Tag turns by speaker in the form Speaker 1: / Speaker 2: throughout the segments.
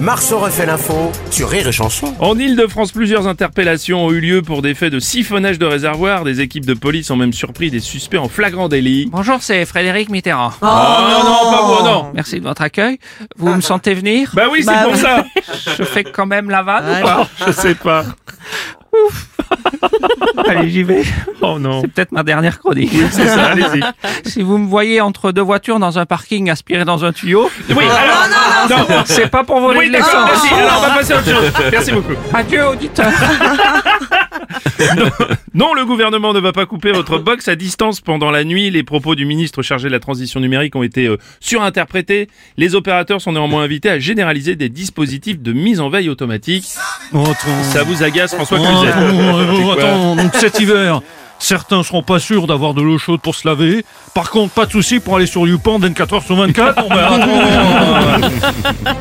Speaker 1: Marceau refait l'info sur Rire et Chanson.
Speaker 2: En Ile-de-France, plusieurs interpellations ont eu lieu pour des faits de siphonnage de réservoirs. Des équipes de police ont même surpris des suspects en flagrant délit.
Speaker 3: Bonjour, c'est Frédéric Mitterrand.
Speaker 2: Oh non, non, pas moi, non
Speaker 3: Merci de votre accueil. Vous me sentez venir
Speaker 2: Bah oui, c'est
Speaker 3: Bah,
Speaker 2: pour
Speaker 3: oui.
Speaker 2: ça
Speaker 3: Je fais quand même la vanne ou pas
Speaker 2: Ah, Je sais pas.
Speaker 3: Allez, j'y vais.
Speaker 2: Oh non.
Speaker 3: C'est peut-être ma dernière chronique.
Speaker 2: C'est ça, allez-y.
Speaker 3: Si vous me voyez entre deux voitures dans un parking aspiré dans un tuyau,
Speaker 2: Oui, alors... Oh Non,
Speaker 3: c'est pas pour voler
Speaker 2: Oui,
Speaker 3: de
Speaker 2: d'accord,
Speaker 3: l'essence. bah,
Speaker 2: merci. Alors, on va passer à autre chose. Merci beaucoup.
Speaker 3: Adieu, auditeur.
Speaker 2: Non, le gouvernement ne va pas couper votre box à distance pendant la nuit. Les propos du ministre chargé de la transition numérique ont été euh, surinterprétés. Les opérateurs sont néanmoins invités à généraliser des dispositifs de mise en veille automatique. Ça vous agace, François
Speaker 4: Attends,
Speaker 2: Cluzet
Speaker 4: euh,
Speaker 2: C'est quoi
Speaker 4: attends, donc cet hiver, certains seront pas sûrs d'avoir de l'eau chaude pour se laver. Par contre, pas de souci pour aller sur Youpan 24h sur 24. Bon, ben, attends, euh,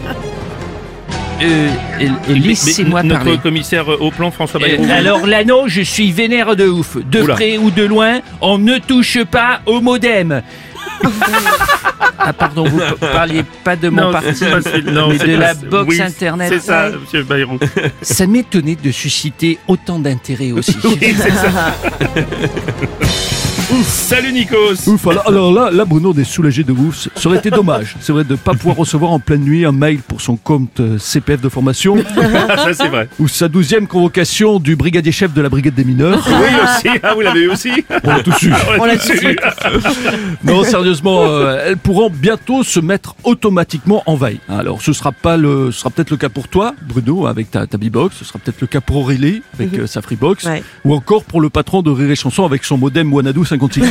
Speaker 3: Euh, et- et
Speaker 2: Mais- mais
Speaker 3: Laissez-moi
Speaker 2: notre
Speaker 3: parler.
Speaker 2: commissaire euh, au plan, François
Speaker 3: Euh,
Speaker 2: Bayrou.
Speaker 3: alors l'anneau, je suis vénère de ouf. De
Speaker 2: Oula.
Speaker 3: près ou de loin, on ne touche pas au modem. ah pardon, vous parliez pas de mon
Speaker 2: Non,
Speaker 3: parti,
Speaker 2: c'est pas celui- non,
Speaker 3: mais
Speaker 2: c'est
Speaker 3: de
Speaker 2: pas
Speaker 3: la
Speaker 2: ce-
Speaker 3: box
Speaker 2: oui,
Speaker 3: internet.
Speaker 2: C'est ça, monsieur Bayrou.
Speaker 3: Ça m'étonnait de susciter autant d'intérêt aussi.
Speaker 2: Salut Nikos
Speaker 4: Ouf, alors, alors là, là, Bruno, on est soulagé de ouf. Ça aurait été dommage, c'est vrai, de pas pouvoir recevoir en pleine nuit un mail pour son compte euh, CPF de formation
Speaker 2: Ah, ça c'est vrai.
Speaker 4: ou sa douzième convocation du brigadier chef de la brigade des mineurs.
Speaker 2: Oui aussi, ah vous l'avez eu aussi
Speaker 4: On l'a tous eu.
Speaker 2: On l'a su
Speaker 4: Non, sérieusement, euh, elles pourront bientôt se mettre automatiquement en veille. Alors, ce sera pas le, ce sera peut-être le cas pour toi, Bruno, avec ta, ta B-Box. Ce sera peut-être le cas pour Aurélie, avec euh, sa Freebox.
Speaker 5: Ouais.
Speaker 4: Ou encore pour le patron de Rire et Chanson avec son modem Wanadu 56K.